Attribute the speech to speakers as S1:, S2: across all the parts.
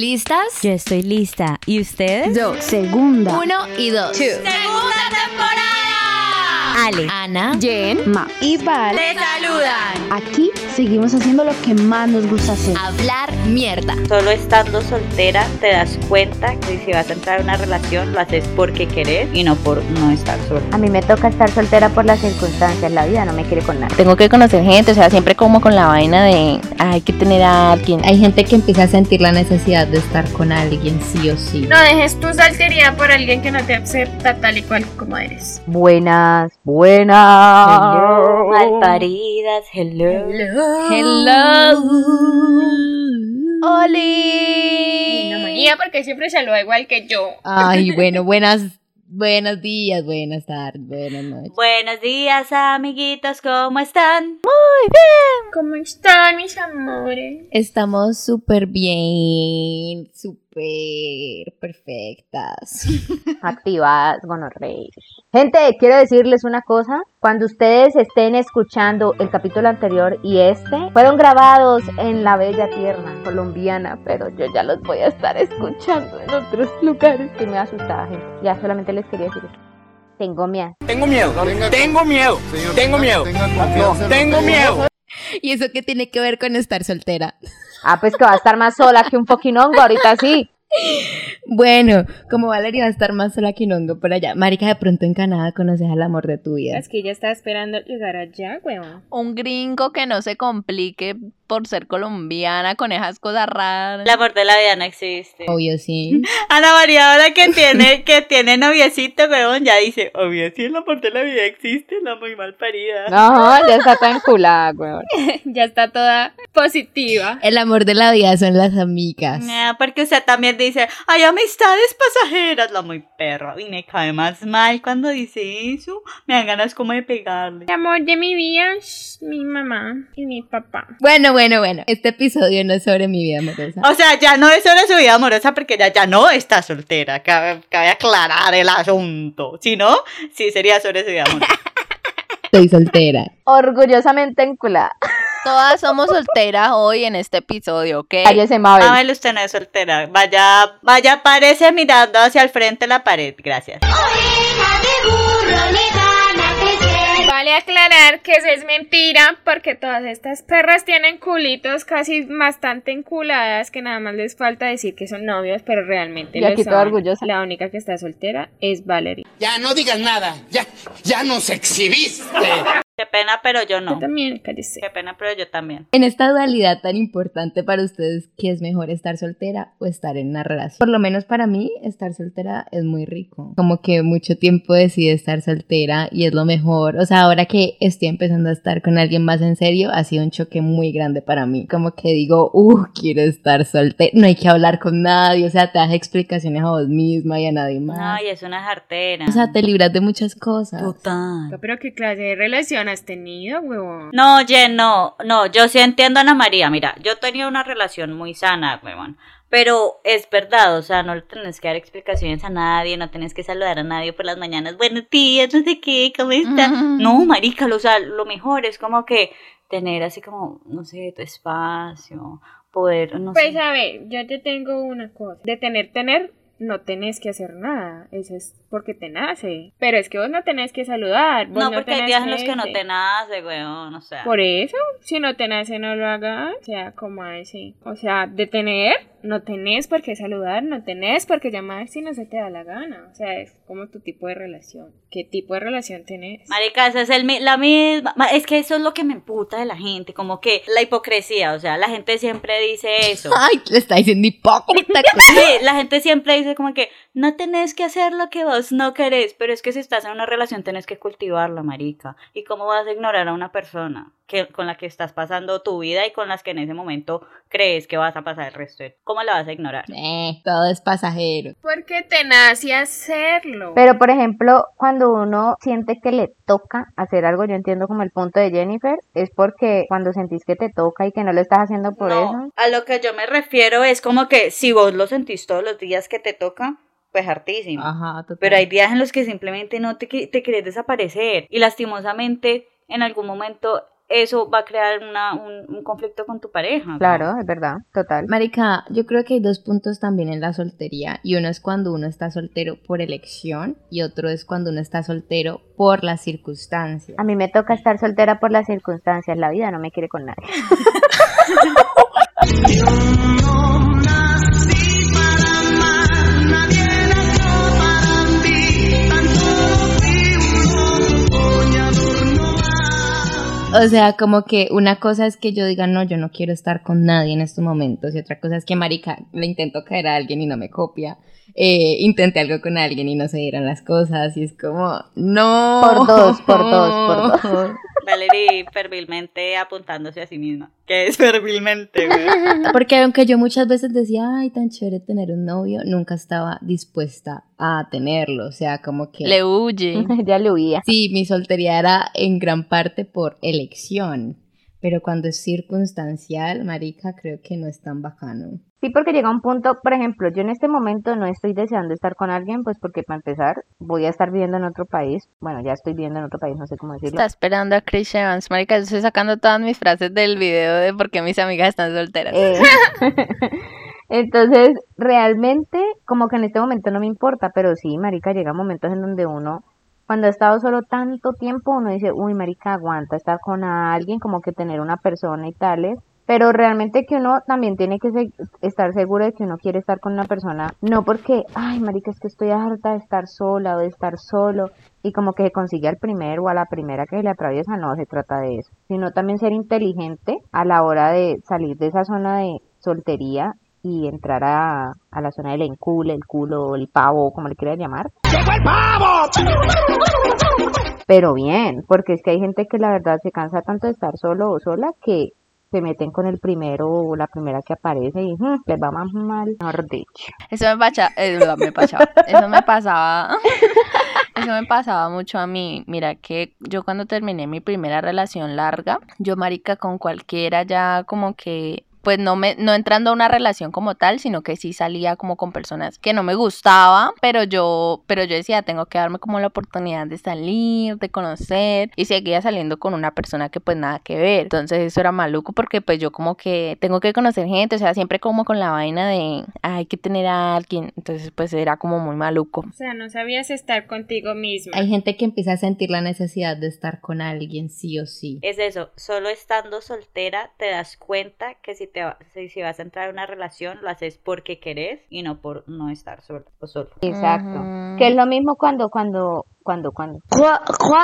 S1: ¿Listas?
S2: Yo estoy lista. ¿Y ustedes?
S3: Yo, segunda.
S1: Uno y dos.
S4: ¡Segunda temporada!
S2: Ale.
S1: Ana.
S3: Jen, Ma.
S4: Y Val. ¡Te saludan!
S3: Aquí seguimos haciendo lo que más nos gusta hacer.
S1: Hablar mierda.
S5: Solo estando soltera te das cuenta que si vas a entrar en una relación lo haces porque querés y no por no estar sola.
S6: A mí me toca estar soltera por las circunstancias. La vida no me quiere con nada.
S7: Tengo que conocer gente, o sea, siempre como con la vaina de "Ah, hay que tener a alguien.
S8: Hay gente que empieza a sentir la necesidad de estar con alguien sí o sí.
S9: No dejes tu soltería por alguien que no te acepta tal y cual como eres.
S6: Buenas, buenas.
S8: Oh.
S5: Hello. Malparidas, hello.
S9: Hello.
S1: Hello.
S9: Y no
S1: Oli.
S9: manía porque siempre se lo igual que yo.
S8: Ay, bueno, buenas, buenos días, buenas tardes, buenas noches.
S5: Buenos días, amiguitos, ¿cómo están?
S9: ¿Cómo están mis amores?
S8: Estamos súper bien, súper perfectas.
S6: activadas, gonorrey. Gente, quiero decirles una cosa. Cuando ustedes estén escuchando el capítulo anterior y este, fueron grabados en la bella tierra colombiana, pero yo ya los voy a estar escuchando en otros lugares. Que me asustaba, gente. Ya solamente les quería decir eso. Tengo miedo.
S10: Tengo miedo, tengo miedo, tengo miedo, no, tengo miedo.
S8: ¿Y eso qué tiene que ver con estar soltera?
S6: Ah, pues que va a estar más sola que un poquinongo ahorita sí.
S8: Bueno, como Valeria va a estar más sola que un hongo por allá. Marica, de pronto en Canadá conoces al amor de tu vida.
S9: Es que ella está esperando llegar allá, weón.
S1: Un gringo que no se complique por ser colombiana con esas cosas raras.
S5: El amor de la vida no existe.
S8: Obvio, sí.
S5: Ana María, ahora que tiene, que tiene noviecito, weón, ya dice, obvio, si el amor de la vida existe, la muy mal parida.
S6: No, ya está tan culada, weón.
S9: ya está toda positiva.
S8: El amor de la vida son las amigas.
S5: Nah, porque usted también dice, hay amistades pasajeras, la muy perra, y me cae más mal cuando dice eso, me dan ganas como de pegarle.
S9: El amor de mi vida es mi mamá y mi papá.
S8: Bueno, bueno, bueno. Este episodio no es sobre mi vida amorosa.
S5: O sea, ya no es sobre su vida amorosa porque ya, ya no está soltera, cabe, cabe aclarar el asunto, si no, sí sería sobre su vida amorosa.
S8: Estoy soltera.
S6: Orgullosamente enculada.
S1: Todas somos solteras hoy en este episodio, ¿ok?
S6: Cállese, Mabel.
S5: Mabel, usted no es soltera, vaya, vaya, parece mirando hacia el frente de la pared, gracias.
S9: Vale aclarar que eso es mentira porque todas estas perras tienen culitos casi bastante enculadas que nada más les falta decir que son novios, pero realmente
S6: Y
S9: lo
S6: aquí toda
S9: son.
S6: orgullosa.
S9: La única que está soltera es Valerie.
S10: Ya no digas nada, ya, ya nos exhibiste.
S5: Qué pena, pero yo no.
S9: Yo también, cállese.
S5: Qué pena, pero yo también.
S8: En esta dualidad tan importante para ustedes, ¿qué es mejor estar soltera o estar en una relación? Por lo menos para mí, estar soltera es muy rico. Como que mucho tiempo decidí estar soltera y es lo mejor. O sea, ahora que estoy empezando a estar con alguien más en serio, ha sido un choque muy grande para mí. Como que digo, uh, quiero estar soltera. No hay que hablar con nadie. O sea, te das explicaciones a vos misma y a nadie más.
S5: Ay, es una jartera.
S8: O sea, te libras de muchas cosas.
S5: Total.
S9: Pero qué clase de relación has tenido, huevón.
S5: No, oye, no, no, yo sí entiendo a Ana María, mira, yo tenía una relación muy sana, weón, pero es verdad, o sea, no le tenés que dar explicaciones a nadie, no tenés que saludar a nadie por las mañanas, buenos días, no sé qué, ¿cómo está?
S9: Mm.
S5: No, marica, lo- o sea, lo mejor es como que tener así como, no sé, tu espacio, poder, no
S9: Pues
S5: sé.
S9: a ver, yo te tengo una cosa. De tener, tener, no tenés que hacer nada. Eso es porque te nace. Pero es que vos no tenés que saludar. vos
S5: No, porque hay
S9: tenés
S5: días en los que no
S9: irte.
S5: te nace, weón, o sea.
S9: Por eso, si no te nace, no lo hagas. O sea, como así. O sea, de tener, no tenés por qué saludar, no tenés por qué llamar si no se te da la gana. O sea, es como tu tipo de relación. ¿Qué tipo de relación tenés?
S5: Marica, esa es el, mi- la misma. ma- Es que eso es lo que me emputa de la gente, como que la hipocresía, o sea, la gente siempre dice eso.
S8: Ay, le está diciendo hipócrita.
S5: Sí, la gente siempre dice como que no tenés que hacer lo que vos no querés, pero es que si estás en una relación tenés que cultivarla, marica. ¿Y cómo vas a ignorar a una persona que, con la que estás pasando tu vida y con las que en ese momento crees que vas a pasar el resto? de- ¿Cómo la vas a ignorar?
S8: Eh, todo es pasajero.
S9: Porque te nace hacerlo.
S6: Pero por ejemplo, cuando uno siente que le toca hacer algo, yo entiendo como el punto de Jennifer, es porque cuando sentís que te toca y que no lo estás haciendo por
S5: No,
S6: eso.
S5: a lo que yo me refiero es como que si vos lo sentís todos los días que te toca, pues hartísimo.
S8: Ajá, total.
S5: Pero hay días en los que simplemente no te, que- te querés desaparecer. Y lastimosamente, en algún momento eso va a crear una, un, un conflicto con tu pareja.
S6: Claro, es verdad, total.
S8: Marica, yo creo que hay dos puntos también en la soltería. Y uno es cuando uno está soltero por elección y otro es cuando uno está soltero por las circunstancias.
S6: A mí me toca estar soltera por las circunstancias. La vida no me quiere con nadie.
S8: O sea, como que una cosa es que yo diga, no, yo no quiero estar con nadie en estos momentos. Y otra cosa es que, marica, le intento caer a alguien y no me copia. Eh, intenté algo con alguien y no se dieron las cosas. Y es como, no.
S6: Por dos, por dos, por dos.
S5: Valerie fervilmente apuntándose a sí misma. Que es fervilmente, güey.
S8: Porque aunque yo muchas veces decía, ay, tan chévere tener un novio, nunca estaba dispuesta a tenerlo. O sea, como que...
S1: Le huye.
S6: ya le huía.
S8: Sí, mi soltería era en gran parte por elección. Pero cuando es circunstancial, marica, creo que no es tan bacano.
S6: Sí, porque llega un punto, por ejemplo, yo en este momento no estoy deseando estar con alguien, pues porque para empezar voy a estar viviendo en otro país. Bueno, ya estoy viviendo en otro país, no sé cómo decirlo.
S1: Está esperando a Chris Evans, marica. Yo estoy sacando todas mis frases del video de por qué mis amigas están solteras.
S6: Eh. Entonces, realmente, como que en este momento no me importa, pero sí, marica, llega momentos en donde uno cuando ha estado solo tanto tiempo, uno dice, uy, marica, aguanta estar con alguien, como que tener una persona y tales. Pero realmente que uno también tiene que se estar seguro de que uno quiere estar con una persona. No porque, ay, marica, es que estoy harta de estar sola o de estar solo. Y como que se consigue al primero o a la primera que se le atraviesa. No se trata de eso. Sino también ser inteligente a la hora de salir de esa zona de soltería y entrar a, a, la zona del encule, el culo, el pavo, como le quieran llamar.
S10: ¡Llegó el pavo!
S6: Pero bien, porque es que hay gente que la verdad se cansa tanto de estar solo o sola que se meten con el primero o la primera que aparece y mm, les va más mal, mejor dicho.
S1: Eso me, pacha, eso me pasaba, eso me pasaba, eso me pasaba mucho a mí. Mira que yo cuando terminé mi primera relación larga, yo marica con cualquiera ya como que pues no me no entrando a una relación como tal, sino que sí salía como con personas que no me gustaba, pero yo pero yo decía, tengo que darme como la oportunidad de salir, de conocer y seguía saliendo con una persona que pues nada que ver. Entonces eso era maluco porque pues yo como que tengo que conocer gente, o sea, siempre como con la vaina de "Ay, hay que tener a alguien, entonces pues era como muy maluco.
S9: O sea, no sabías estar contigo misma.
S8: Hay gente que empieza a sentir la necesidad de estar con alguien sí o sí.
S5: Es eso, solo estando soltera te das cuenta que si te va, si, si, vas a entrar en una relación, lo haces porque querés y no por no estar solo o solo.
S6: Exacto. Uh-huh. Que es lo mismo cuando, cuando, cuando, cuando.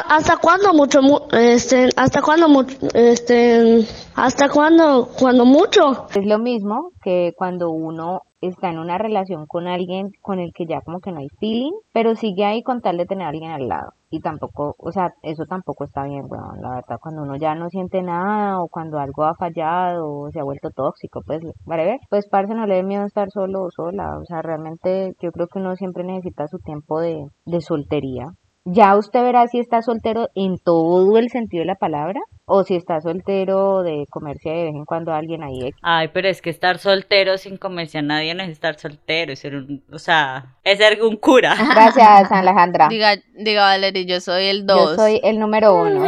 S11: ¿Hasta cuándo mucho, mu- este, hasta cuándo mucho, este, hasta cuándo, cuando mucho?
S6: Es lo mismo que cuando uno está en una relación con alguien con el que ya como que no hay feeling, pero sigue ahí con tal de tener a alguien al lado. Y tampoco, o sea, eso tampoco está bien, bueno, la verdad, cuando uno ya no siente nada o cuando algo ha fallado o se ha vuelto tóxico, pues, whatever, pues, parce, no le dé miedo estar solo o sola, o sea, realmente yo creo que uno siempre necesita su tiempo de, de soltería. Ya usted verá si está soltero en todo el sentido de la palabra o si está soltero de comercia de vez en cuando alguien ahí.
S5: Ay, pero es que estar soltero sin comercia a nadie no es estar soltero, es ser un, o sea, es ser un cura.
S6: Gracias, Alejandra.
S1: Diga, diga Valerie, yo soy el 2.
S6: Yo soy el número 1.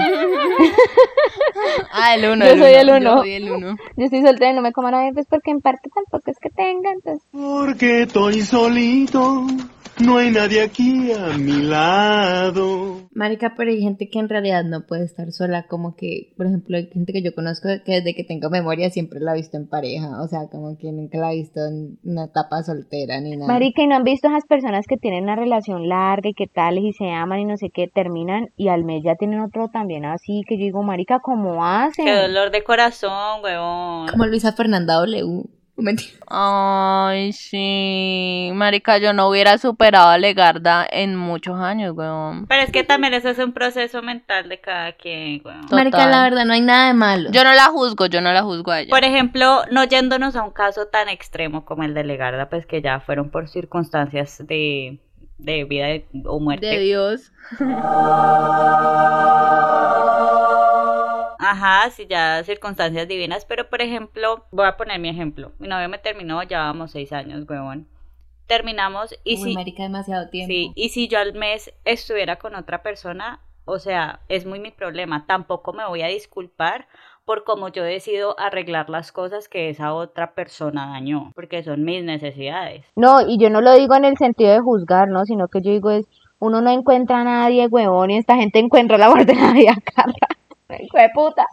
S1: ah, el 1.
S6: Yo, soy el 1.
S1: Yo soy el 1.
S6: Yo estoy soltera y no me como a nadie, pues porque en parte tampoco es que tenga, entonces.
S10: Porque estoy solito. No hay nadie aquí a mi lado.
S8: Marica, pero hay gente que en realidad no puede estar sola, como que, por ejemplo, hay gente que yo conozco que desde que tengo memoria siempre la he visto en pareja, o sea, como que nunca la he visto en una etapa soltera ni
S5: Mm.
S8: nada.
S6: Marica, y no han visto esas personas que tienen una relación larga y que tales y se aman y no sé qué, terminan y al mes ya tienen otro también así, que yo digo, Marica, ¿cómo hacen?
S5: Qué dolor de corazón, huevón.
S8: Como Luisa Fernanda W. Mentira.
S1: Ay, sí. Marica, yo no hubiera superado a Legarda en muchos años, weón.
S5: Pero es que también eso es un proceso mental de cada quien, weón.
S8: Total. Marica, la verdad, no hay nada de malo.
S1: Yo no la juzgo, yo no la juzgo a ella.
S5: Por ejemplo, no yéndonos a un caso tan extremo como el de Legarda, pues que ya fueron por circunstancias de, de vida o muerte.
S1: De Dios.
S5: ajá, si ya circunstancias divinas, pero por ejemplo, voy a poner mi ejemplo. Mi novio me terminó, llevábamos seis años, huevón. Terminamos y
S8: Uy,
S5: si.
S8: Marica, demasiado tiempo.
S5: Sí, y si yo al mes estuviera con otra persona, o sea, es muy mi problema. Tampoco me voy a disculpar por cómo yo decido arreglar las cosas que esa otra persona dañó, porque son mis necesidades.
S6: No, y yo no lo digo en el sentido de juzgar, ¿no? Sino que yo digo es, uno no encuentra a nadie, huevón, y esta gente encuentra el amor de la vida, Carla. Hijo de puta.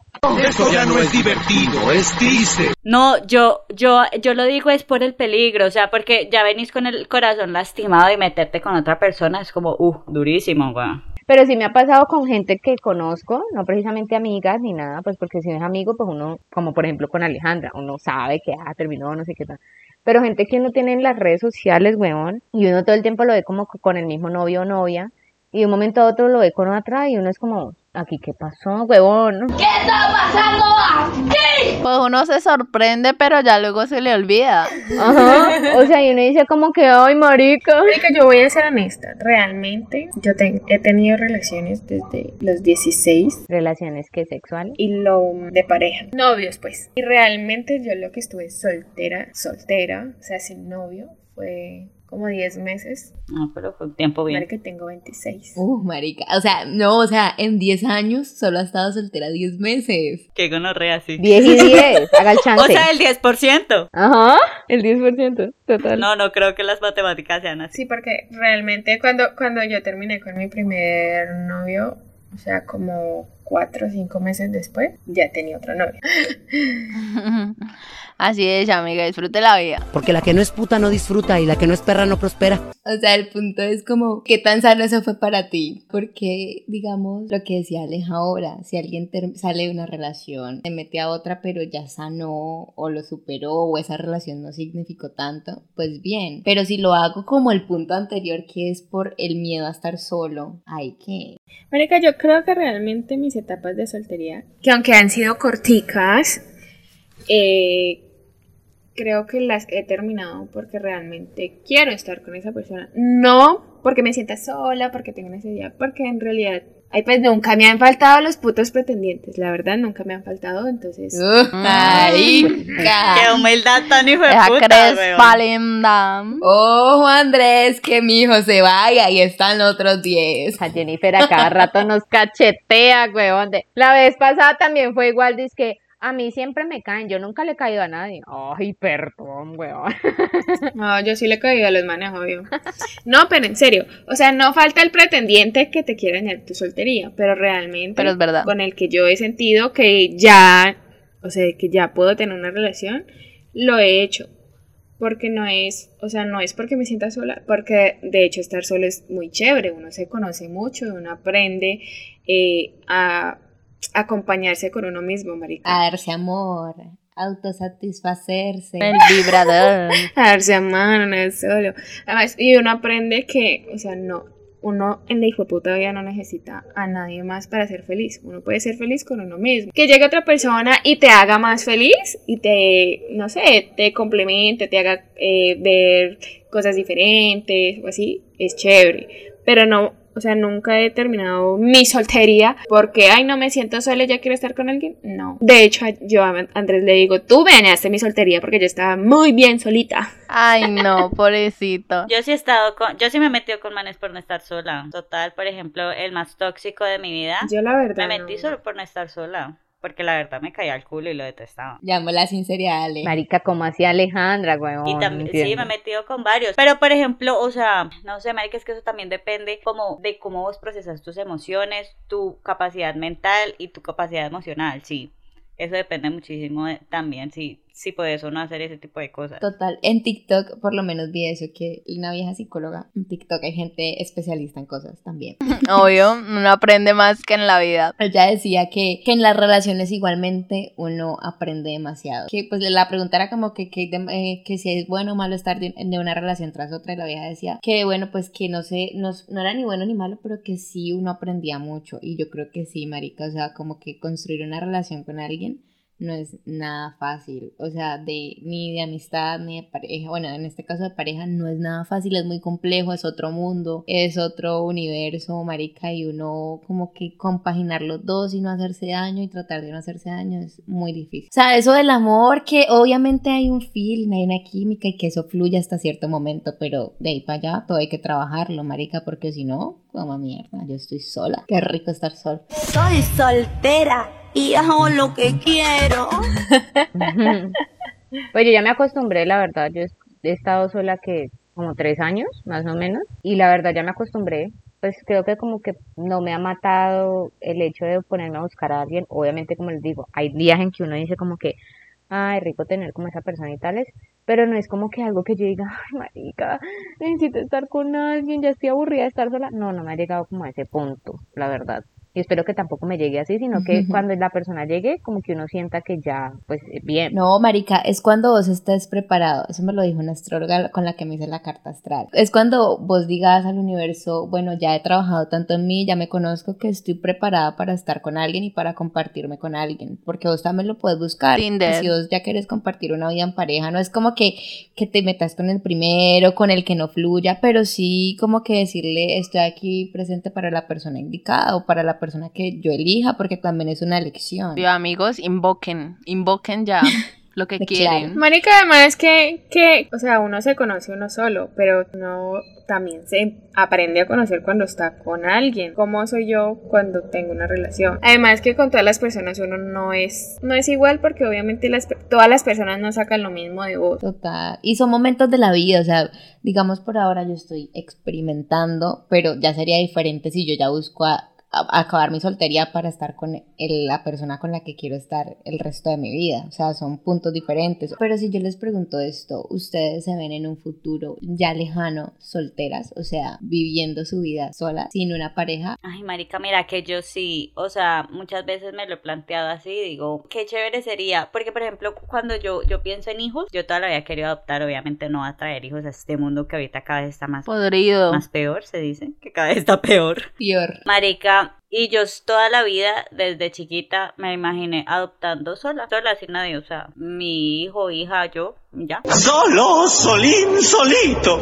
S10: Eso ya no es divertido, es triste.
S5: No, yo, yo, yo lo digo es por el peligro, o sea, porque ya venís con el corazón lastimado y meterte con otra persona es como, uh, durísimo, weón
S6: pero sí me ha pasado con gente que conozco, no precisamente amigas ni nada, pues porque si no es amigo, pues uno, como por ejemplo con Alejandra, uno sabe que ah, terminó, no sé qué tal. Pero gente que uno tiene en las redes sociales, weón, y uno todo el tiempo lo ve como con el mismo novio o novia, y de un momento a otro lo ve con atrás y uno es como, aquí qué pasó, huevón.
S4: ¿Qué está pasando aquí?
S1: Pues uno se sorprende, pero ya luego se le olvida.
S6: Ajá. O sea, y uno dice como que, ay, marica.
S9: Marica, yo voy a ser honesta. Realmente, yo te he tenido relaciones desde los 16.
S6: ¿Relaciones que sexuales?
S9: Y lo de pareja. Novios, pues. Y realmente yo lo que estuve soltera, soltera, o sea, sin novio, fue como 10 meses.
S5: No, pero fue un tiempo bien.
S9: Marica, tengo 26.
S8: Uh, marica. O sea, no, o sea, en 10 años solo ha estado soltera 10 meses.
S5: Qué gonorrea, sí.
S6: 10 y 10, haga el chance.
S5: O sea, el 10%.
S6: Ajá, el 10%, total.
S5: No, no creo que las matemáticas sean así.
S9: Sí, porque realmente cuando, cuando yo terminé con mi primer novio, o sea, como cuatro o cinco meses después, ya tenía otra novia.
S1: Así es, amiga, disfrute la vida.
S12: Porque la que no es puta no disfruta y la que no es perra no prospera.
S8: O sea, el punto es como, ¿qué tan sano eso fue para ti? Porque, digamos, lo que decía Aleja ahora, si alguien sale de una relación, se mete a otra, pero ya sanó o lo superó o esa relación no significó tanto, pues bien. Pero si lo hago como el punto anterior, que es por el miedo a estar solo, hay que...
S9: Marica, yo creo que realmente mis etapas de soltería, que aunque han sido corticas, eh, creo que las he terminado porque realmente quiero estar con esa persona. No porque me sienta sola, porque tengo necesidad, porque en realidad... Ay, pues nunca me han faltado los putos pretendientes, la verdad, nunca me han faltado, entonces...
S8: Uh, ¡Marica!
S5: ¡Qué humildad tan hijo de puta,
S8: ¡Ojo, Andrés, que mi hijo se vaya! Y están los otros 10.
S6: A Jennifer a cada rato nos cachetea, weón. La vez pasada también fue igual, dice que a mí siempre me caen, yo nunca le he caído a nadie. Ay, perdón, weón.
S9: No, yo sí le he caído a los manes, obvio. No, pero en serio, o sea, no falta el pretendiente que te quiera dañar tu soltería, pero realmente
S1: pero es verdad.
S9: con el que yo he sentido que ya, o sea, que ya puedo tener una relación, lo he hecho. Porque no es, o sea, no es porque me sienta sola, porque de hecho estar sola es muy chévere, uno se conoce mucho, uno aprende eh, a acompañarse con uno mismo, marica.
S8: A darse amor, autosatisfacerse.
S1: El vibrador.
S9: a darse amor, no es solo. Además, y uno aprende que, o sea, no, uno en la hijoputa vida no necesita a nadie más para ser feliz. Uno puede ser feliz con uno mismo. Que llegue otra persona y te haga más feliz y te, no sé, te complemente, te haga eh, ver cosas diferentes o así, es chévere. Pero no, o sea, nunca he terminado mi soltería porque, ay, no me siento sola, ya quiero estar con alguien. No. De hecho, yo a Andrés le digo, tú venaste mi soltería porque yo estaba muy bien solita.
S1: Ay, no, pobrecito.
S5: yo sí he estado con, yo sí me he metido con manes por no estar sola. Total, por ejemplo, el más tóxico de mi vida.
S9: Yo la verdad.
S5: ¿Ah? Me metí
S9: no.
S5: solo por no estar sola. Porque la verdad me caía al culo y lo detestaba.
S8: Llamo la sinceridad, Ale.
S6: Marica, como hacía Alejandra, weón.
S5: Y también, sí, me he metido con varios. Pero, por ejemplo, o sea, no sé, Marica, es que eso también depende como de cómo vos procesas tus emociones, tu capacidad mental y tu capacidad emocional, sí. Eso depende muchísimo de, también, sí, si sí puedes o no hacer ese tipo de cosas.
S8: Total, en TikTok por lo menos vi eso, que una vieja psicóloga, en TikTok hay gente especialista en cosas también.
S1: Obvio, uno aprende más que en la vida.
S8: Ella decía que, que en las relaciones igualmente uno aprende demasiado. Que pues la pregunta era como que, que, eh, que si es bueno o malo estar de, de, una relación tras otra y la vieja decía que bueno, pues que no sé, no, no era ni bueno ni malo, pero que sí uno aprendía mucho y yo creo que sí, Marica, o sea, como que construir una relación con alguien no es nada fácil, o sea, de, ni de amistad, ni de pareja, bueno, en este caso de pareja no es nada fácil, es muy complejo, es otro mundo, es otro universo, marica, y uno como que compaginar los dos y no hacerse daño y tratar de no hacerse daño es muy difícil. O sea, eso del amor, que obviamente hay un feeling, hay una química y que eso fluye hasta cierto momento, pero de ahí para allá todo hay que trabajarlo, marica, porque si no, como mierda, yo estoy sola, qué rico estar sola.
S13: Soy soltera y hago lo que quiero.
S6: pues yo ya me acostumbré, la verdad. Yo he estado sola que como tres años, más o menos. Y la verdad ya me acostumbré. Pues creo que como que no me ha matado el hecho de ponerme a buscar a alguien. Obviamente, como les digo, hay días en que uno dice como que, ay, rico tener como esa persona y tales. Pero no es como que algo que yo diga, ay, marica, necesito estar con alguien, ya estoy aburrida de estar sola. No, no me ha llegado como a ese punto, la verdad y espero que tampoco me llegue así, sino que uh -huh. cuando la persona llegue, como que uno sienta que ya, pues bien.
S8: No, Marica, es cuando vos estés preparado. Eso me lo dijo una astróloga con la que me hice la carta astral. Es cuando vos digas al universo, bueno, ya he trabajado tanto en mí, ya me conozco que estoy preparada para estar con alguien y para compartirme con alguien, porque vos también lo puedes buscar. Tinder. Si vos ya querés compartir una vida en pareja, no es como que, que te metas con el primero, con el que no fluya, pero sí como que decirle, estoy aquí presente para la persona indicada o para la persona que yo elija, porque también es una elección.
S1: Yo, amigos, invoquen, invoquen ya lo que quieren.
S9: Mónica, además es que, que, o sea, uno se conoce uno solo, pero no también se aprende a conocer cuando está con alguien. ¿Cómo soy yo cuando tengo una relación? Además que con todas las personas uno no es no es igual porque obviamente las, todas las personas no sacan lo mismo de vos.
S8: Total. Y son momentos de la vida, o sea, digamos por ahora yo estoy experimentando, pero ya sería diferente si yo ya busco a a acabar mi soltería para estar con el, la persona con la que quiero estar el resto de mi vida. O sea, son puntos diferentes. Pero si yo les pregunto esto, ¿ustedes se ven en un futuro ya lejano solteras? O sea, viviendo su vida sola, sin una pareja.
S5: Ay, Marica, mira que yo sí. O sea, muchas veces me lo he planteado así. Digo, qué chévere sería. Porque, por ejemplo, cuando yo, yo pienso en hijos, yo todavía había querido adoptar. Obviamente no va a traer hijos a este mundo que ahorita cada vez está más
S1: Pues podrido.
S5: Más peor, se dice. Que cada vez está peor.
S8: Peor.
S5: Marica, y yo toda la vida, desde chiquita, me imaginé adoptando sola, sola sin nadie, o sea, mi hijo, hija, yo, ya.
S10: Solo, solín, solito.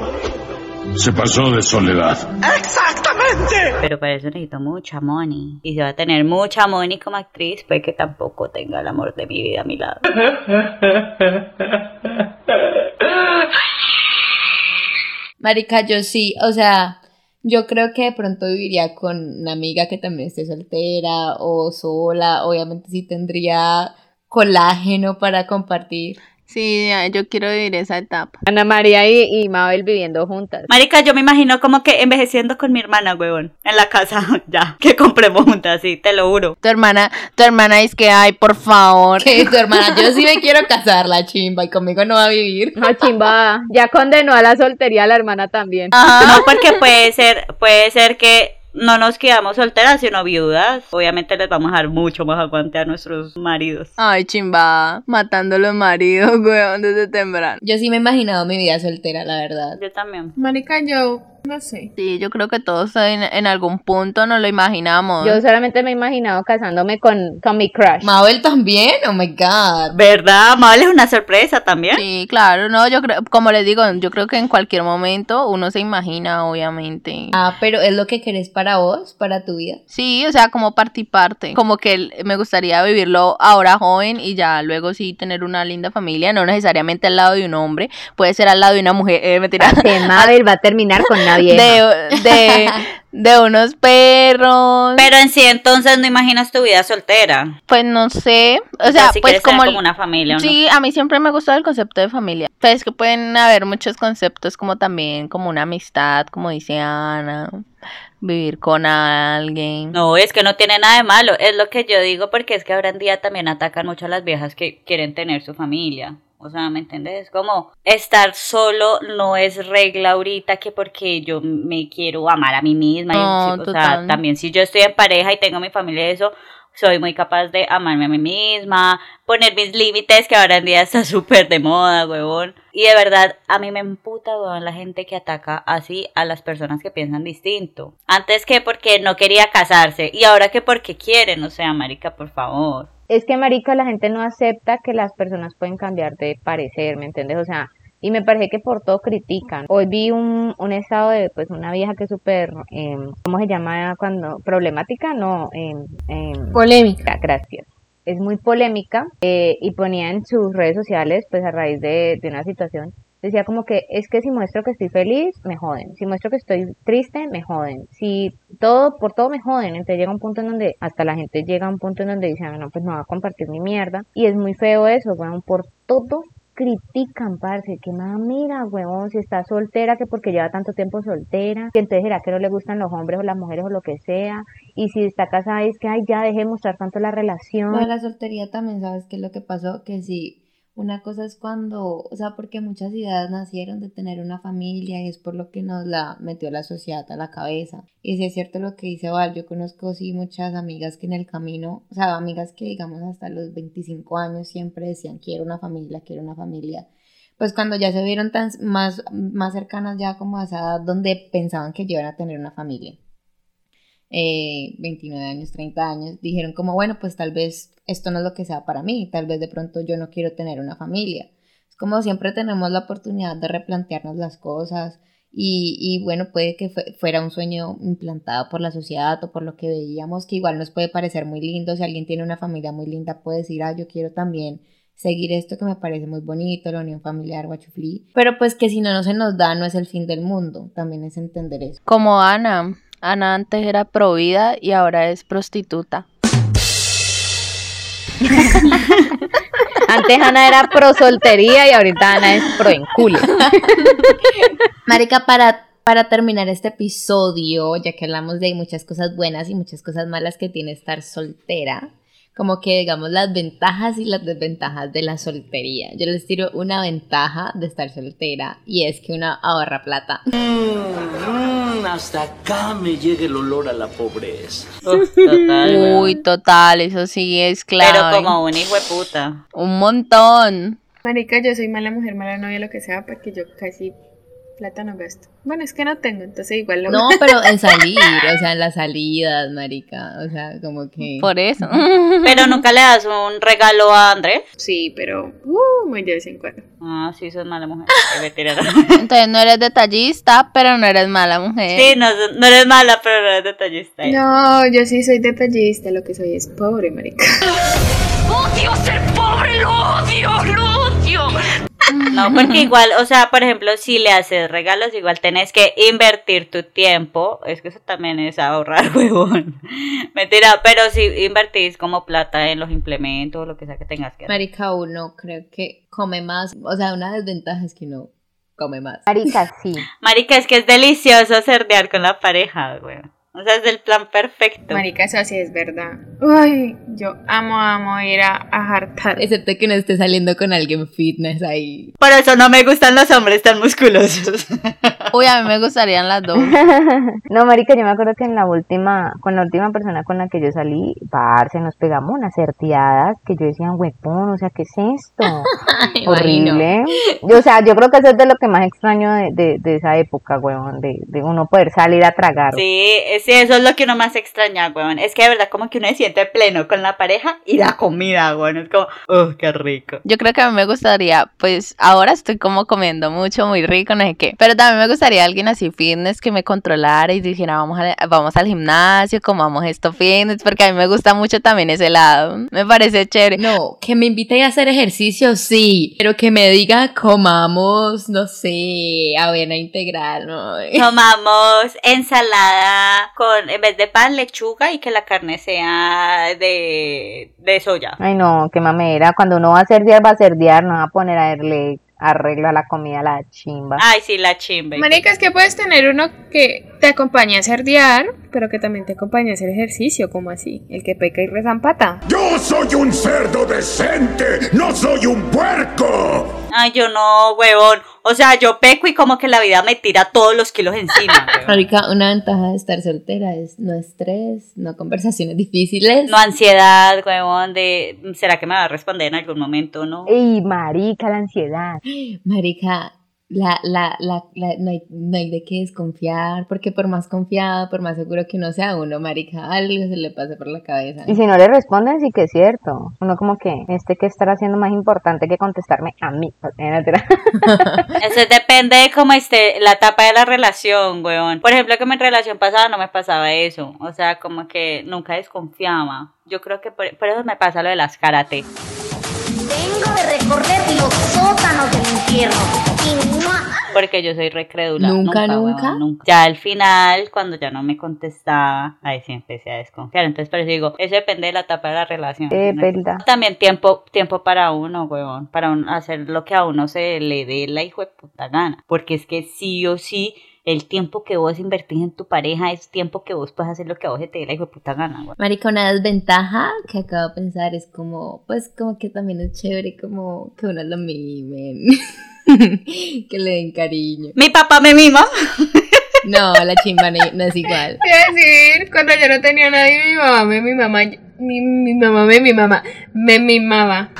S14: Se pasó de soledad.
S10: ¡Exactamente!
S5: Pero para eso necesito mucha money. Y si va a tener mucha money como actriz, pues que tampoco tenga el amor de mi vida a mi lado.
S8: Marica, yo sí, o sea, yo creo que de pronto viviría con una amiga que también esté soltera o sola. Obviamente sí tendría colágeno para compartir.
S1: Sí, yo quiero vivir esa etapa.
S6: Ana María y, y, Mabel viviendo juntas.
S5: Marica, yo me imagino como que envejeciendo con mi hermana, huevón, en la casa, ya, que compremos juntas, sí, te lo juro.
S1: Tu hermana, tu hermana es que, ay, por favor.
S8: Que tu hermana, yo sí me quiero casar, la chimba, y conmigo no va a vivir.
S6: La chimba, ya condenó a la soltería a la hermana también.
S5: Ajá. No, porque puede ser, puede ser que no nos quedamos solteras, sino viudas. Obviamente les vamos a dar mucho más aguante a nuestros maridos.
S1: Ay, chimba, matando a los maridos, weón, desde temprano.
S8: Yo sí me he imaginado mi vida soltera, la verdad.
S5: Yo también.
S9: Marica, yo no sé.
S1: Sí, yo creo que todos en, en algún punto nos lo imaginamos.
S6: Yo solamente me he imaginado casándome con, con mi crush.
S8: Mabel también, oh my god.
S5: ¿Verdad? Mabel es una sorpresa también.
S1: Sí, claro, no, yo creo, como les digo, yo creo que en cualquier momento uno se imagina, obviamente.
S8: Ah, pero es lo que querés para vos, para tu vida.
S1: Sí, o sea, como parte y parte. Como que me gustaría vivirlo ahora joven y ya luego sí tener una linda familia, no necesariamente al lado de un hombre, puede ser al lado de una mujer. Eh, mentira.
S6: Mabel va a terminar con nada.
S1: De, de, de, unos perros.
S5: Pero en sí entonces no imaginas tu vida soltera.
S1: Pues no sé. O sea,
S5: si
S1: pues como,
S5: como, una familia. ¿o
S1: sí,
S5: no?
S1: a mí siempre me ha gustado el concepto de familia. Pues que pueden haber muchos conceptos como también como una amistad, como dice Ana vivir con alguien.
S5: No, es que no tiene nada de malo, es lo que yo digo porque es que ahora en día también atacan mucho a las viejas que quieren tener su familia. O sea, ¿me entiendes? Es como estar solo no es regla ahorita que porque yo me quiero amar a mí misma.
S1: No,
S5: y, o sea, también si yo estoy en pareja y tengo mi familia y eso, soy muy capaz de amarme a mí misma, poner mis límites, que ahora en día está súper de moda, huevón. Y de verdad, a mí me emputa, huevón, la gente que ataca así a las personas que piensan distinto. Antes que porque no quería casarse y ahora que porque quieren, o sea, marica, por favor.
S6: Es que, marica, la gente no acepta que las personas pueden cambiar de parecer, ¿me entiendes? O sea, y me parece que por todo critican. Hoy vi un, un estado de pues una vieja que es súper, eh, ¿cómo se llama cuando? Problemática, no. Eh, eh,
S8: polémica.
S6: Gracias. Es muy polémica eh, y ponía en sus redes sociales, pues a raíz de, de una situación, decía como que es que si muestro que estoy feliz, me joden. Si muestro que estoy triste, me joden. Si todo, por todo me joden. Entonces llega un punto en donde hasta la gente llega a un punto en donde dice, ah, no, pues no va a compartir mi mierda. Y es muy feo eso, bueno, por todo critican, parce, que mira, huevón, si está soltera, que porque lleva tanto tiempo soltera, que entonces será que no le gustan los hombres o las mujeres o lo que sea, y si está casada es que, ay, ya dejé de mostrar tanto la relación.
S8: No, la soltería también, ¿sabes qué es lo que pasó? Que sí, una cosa es cuando, o sea, porque muchas ideas nacieron de tener una familia y es por lo que nos la metió la sociedad a la cabeza. Y si es cierto lo que dice Val, yo conozco sí muchas amigas que en el camino, o sea, amigas que digamos hasta los 25 años siempre decían quiero una familia, quiero una familia. Pues cuando ya se vieron tan, más, más cercanas ya como a esa edad donde pensaban que iban a tener una familia. Eh, 29 años, 30 años, dijeron como, bueno, pues tal vez esto no es lo que sea para mí, tal vez de pronto yo no quiero tener una familia. Es como siempre tenemos la oportunidad de replantearnos las cosas y, y bueno, puede que fue, fuera un sueño implantado por la sociedad o por lo que veíamos, que igual nos puede parecer muy lindo, si alguien tiene una familia muy linda puede decir, ah, yo quiero también seguir esto que me parece muy bonito, la unión familiar, guachuflí, pero pues que si no, no se nos da, no es el fin del mundo, también es entender eso.
S1: Como Ana, Ana antes era provida y ahora es prostituta.
S6: antes Ana era pro soltería y ahorita Ana es pro enculo.
S8: Marica, para, para terminar este episodio, ya que hablamos de muchas cosas buenas y muchas cosas malas que tiene estar soltera, como que digamos las ventajas y las desventajas de la soltería. Yo les tiro una ventaja de estar soltera y es que una ahorra plata.
S15: Mm, mm, hasta acá me llega el olor a la pobreza.
S1: Oh, total, Uy, total, eso sí es claro.
S5: Pero como un hijo de puta.
S1: Un montón.
S9: Marica, yo soy mala mujer, mala novia, lo que sea, porque yo casi plata no gasto. Bueno, es que no tengo, entonces igual lo
S8: No, pero en salir, o sea, en las salidas, marica, o sea, como que...
S1: Por eso.
S5: Pero nunca le das un regalo a Andrés.
S9: Sí, pero uh, muy de vez en cuando.
S5: Ah, sí, sos mala mujer.
S1: entonces no eres detallista, pero no eres mala mujer.
S5: Sí, no, no eres mala, pero no eres detallista. ¿eh?
S9: No, yo sí soy detallista, lo que soy es pobre, marica.
S4: ¡Odio ser pobre! ¡Lo odio! ¡Lo odio!
S5: No, porque igual, o sea, por ejemplo, si le haces regalos, igual tenés que invertir tu tiempo. Es que eso también es ahorrar, huevón. Mentira, pero si invertís como plata en los implementos, lo que sea que tengas que hacer.
S8: Marica, uno creo que come más. O sea, una desventaja es que uno come más.
S6: Marica, sí.
S5: Marica, es que es delicioso cerdear con la pareja, huevón. O sea, es el plan perfecto.
S9: Marica, eso sí es verdad. Uy, yo amo, amo ir a, a hartar.
S8: Excepto que no esté saliendo con alguien fitness ahí.
S5: Por eso no me gustan los hombres tan musculosos.
S1: Uy, a mí me gustarían las dos.
S6: no, marica, yo me acuerdo que en la última, con la última persona con la que yo salí, parce, nos pegamos unas certeadas que yo decía, huepón, o sea, ¿qué es esto? Ay, Horrible. Yo, o sea, yo creo que eso es de lo que más extraño de, de, de esa época, huevón, de, de uno poder salir a tragar.
S5: Sí, es sí, eso es lo que uno más extraña, weón. Es que de verdad como que uno se siente pleno con la pareja y la comida, weón. Es como, oh, qué rico.
S1: Yo creo que a mí me gustaría, pues ahora estoy como comiendo mucho, muy rico, no sé qué. Pero también me gustaría alguien así fitness que me controlara y dijera, vamos, a, vamos al gimnasio, comamos esto fitness, porque a mí me gusta mucho también ese lado. Me parece chévere.
S8: No, que me invite a hacer ejercicio, sí. Pero que me diga, comamos, no sé, avena integral, ¿no?
S5: Comamos ensalada con en vez de pan lechuga y que la carne sea de, de soya.
S6: Ay no, qué mamera, cuando uno va a cerdear va a cerdear, no va a poner a darle arreglo a la comida la chimba.
S5: Ah. Ay, sí, la chimba.
S9: Marica, es que puedes tener uno que te acompaña a cerdear, pero que también te acompaña a hacer ejercicio, como así, el que peca y rezampata.
S14: Yo soy un cerdo decente, no soy un puerco.
S5: Ay, yo no, huevón. O sea, yo peco y como que la vida me tira todos los kilos encima.
S8: Marica, una ventaja de estar soltera es no estrés, no conversaciones difíciles.
S5: No ansiedad, huevón, de ¿será que me va a responder en algún momento, no?
S6: Ey, marica, la ansiedad.
S8: Marica, la, la, la, la no, hay, no, hay, de qué desconfiar, porque por más confiado, por más seguro que uno sea uno, marica, algo se le pase por la cabeza.
S6: Y si no le responden, sí que es cierto. Uno como que, este que estará haciendo más importante que contestarme a mí.
S9: Pues
S5: Eso depende de cómo esté la etapa de la relación, weón. Por ejemplo, que en mi relación pasada no me pasaba eso. O sea, como que nunca desconfiaba. Yo creo que por, por eso me pasa lo de las karate.
S4: Vengo de recorrer los sótanos del infierno.
S5: Porque yo soy recrédula.
S8: ¿Nunca, nunca,
S5: weón, nunca, Ya al final, cuando ya no me contestaba, ahí sí empecé a desconfiar. Entonces, pero digo, eso depende de la etapa de la relación.
S6: Eh, verdad.
S5: También tiempo, tiempo para uno, huevón. Para un, hacer lo que a uno se le dé la hijo de puta gana. Porque es que sí o sí el tiempo que vos invertís en tu pareja es tiempo que vos puedes hacer lo que a vos te dé la hijo de puta gana. Güey.
S8: Marica, una desventaja que acabo de pensar es como, pues como que también es chévere como que uno lo mimen, que le den cariño.
S5: Mi papá me mima.
S8: no, la chimba no, no es igual.
S9: Es decir, cuando yo no tenía nadie, mi mamá me mi mamá, mi, mi mamá me mi mamá, me mimaba.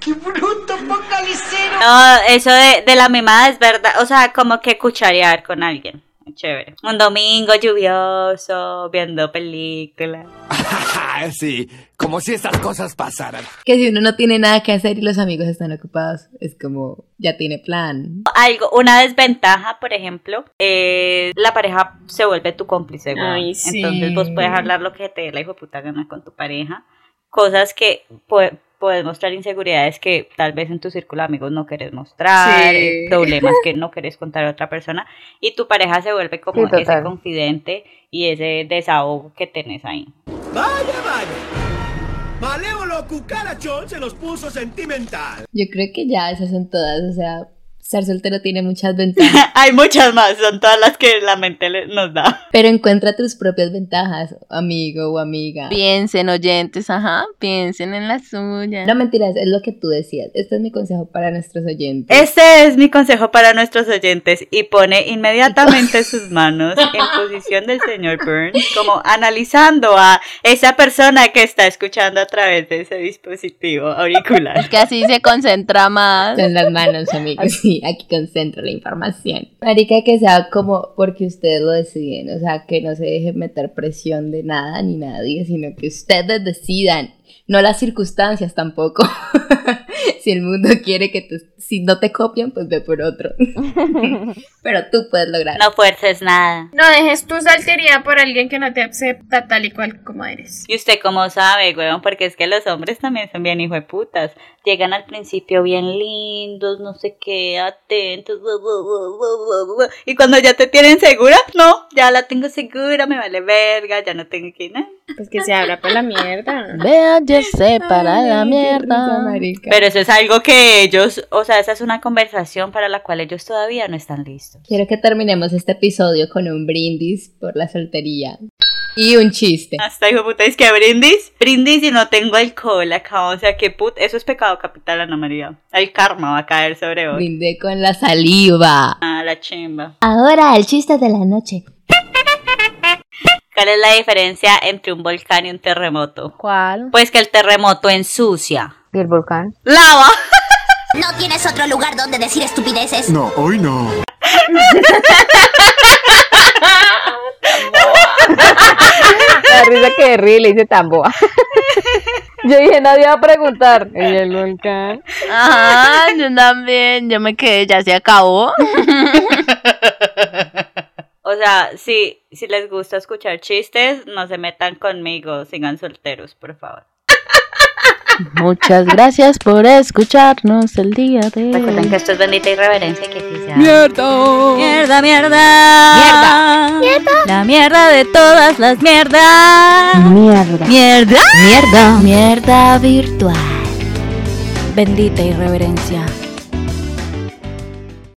S4: ¡Qué bruto, focalicero!
S5: No, eso de, de, la mimada es verdad. O sea, como que cucharear con alguien. Chévere. Un domingo lluvioso, viendo películas.
S16: Ah, sí, como si estas cosas pasaran.
S8: Que si uno no tiene nada que hacer y los amigos están ocupados, es como ya tiene plan.
S5: Algo, una desventaja, por ejemplo, eh, la pareja se vuelve tu cómplice.
S9: Ay, sí.
S5: Entonces vos puedes hablar lo que te dé la hijo puta gana con tu pareja. Cosas que puede, puedes mostrar inseguridades que tal vez en tu círculo de amigos no querés mostrar, sí. problemas que no querés contar a otra persona, y tu pareja se vuelve como sí, ese confidente y ese desahogo que tenés ahí.
S10: Vaya, vaya. Malévolo cucarachón se los puso sentimental.
S8: Yo creo que ya esas son todas, o sea, ser soltero tiene muchas ventajas.
S5: Hay muchas más, son todas las que la mente nos da.
S8: Pero encuentra tus propias ventajas, amigo o amiga.
S1: Piensen, oyentes, ajá, piensen en las suyas.
S8: No mentiras, es lo que tú decías. Este es mi consejo para nuestros oyentes.
S5: Este es mi consejo para nuestros oyentes y pone inmediatamente sus manos en posición del señor Burns, como analizando a esa persona que está escuchando a través de ese dispositivo auricular.
S1: Es que así se concentra más.
S8: Con las manos, amigos. Sí aquí concentro la información. Marica, que sea como porque ustedes lo deciden, o sea, que no se deje meter presión de nada ni nadie, sino que ustedes decidan, no las circunstancias tampoco. si el mundo quiere que tú, si no te copian, pues ve por otro. Pero tú puedes lograr.
S5: No fuerces nada.
S9: No dejes tu saltería por alguien que no te acepta tal y cual como eres.
S5: Y usted como sabe, weón, porque es que los hombres también son bien hijo de putas. Llegan al principio bien lindos, no sé qué, atentos. Bu, bu, bu, y cuando ya te tienen segura, no, ya la tengo segura, me vale verga, ya no tengo que ir. ¿no?
S9: Pues que se habla para la mierda.
S1: Vea, ya sé, para Ay, la mierda.
S5: Rica, Pero eso es algo que ellos, o sea, esa es una conversación para la cual ellos todavía no están listos.
S8: Quiero que terminemos este episodio con un brindis por la soltería. Y un chiste.
S5: Hasta hijo puta, es que brindis. Brindis y no tengo alcohol acá. O sea, que put. Eso es pecado capital, Ana María. El karma va a caer sobre vos.
S8: Brindé con la saliva.
S5: Ah, la chimba.
S2: Ahora el chiste de la noche.
S5: ¿Cuál es la diferencia entre un volcán y un terremoto?
S1: ¿Cuál?
S5: Pues que el terremoto ensucia.
S6: ¿Y el volcán?
S5: ¡Lava!
S4: ¿No tienes otro lugar donde decir estupideces?
S14: No, hoy no.
S6: La risa que ríe le dice tamboa. Yo dije, nadie va a preguntar. ¿Y el volcán?
S1: Ajá, yo también. Yo me quedé, ya se acabó.
S5: O sea, si, si les gusta escuchar chistes, no se metan conmigo, sigan solteros, por favor.
S1: Muchas gracias por escucharnos el día de
S5: Recuerden que esto es bendita irreverencia que quizá.
S1: ¡Mierda!
S2: ¡Mierda, mierda!
S5: Ah.
S2: ¡Mierda!
S1: ¡Mierda!
S2: La mierda de todas las
S4: Ah.
S2: mierdas.
S6: ¡Mierda!
S2: ¡Mierda!
S1: ¡Mierda!
S2: ¡Mierda virtual! Bendita irreverencia.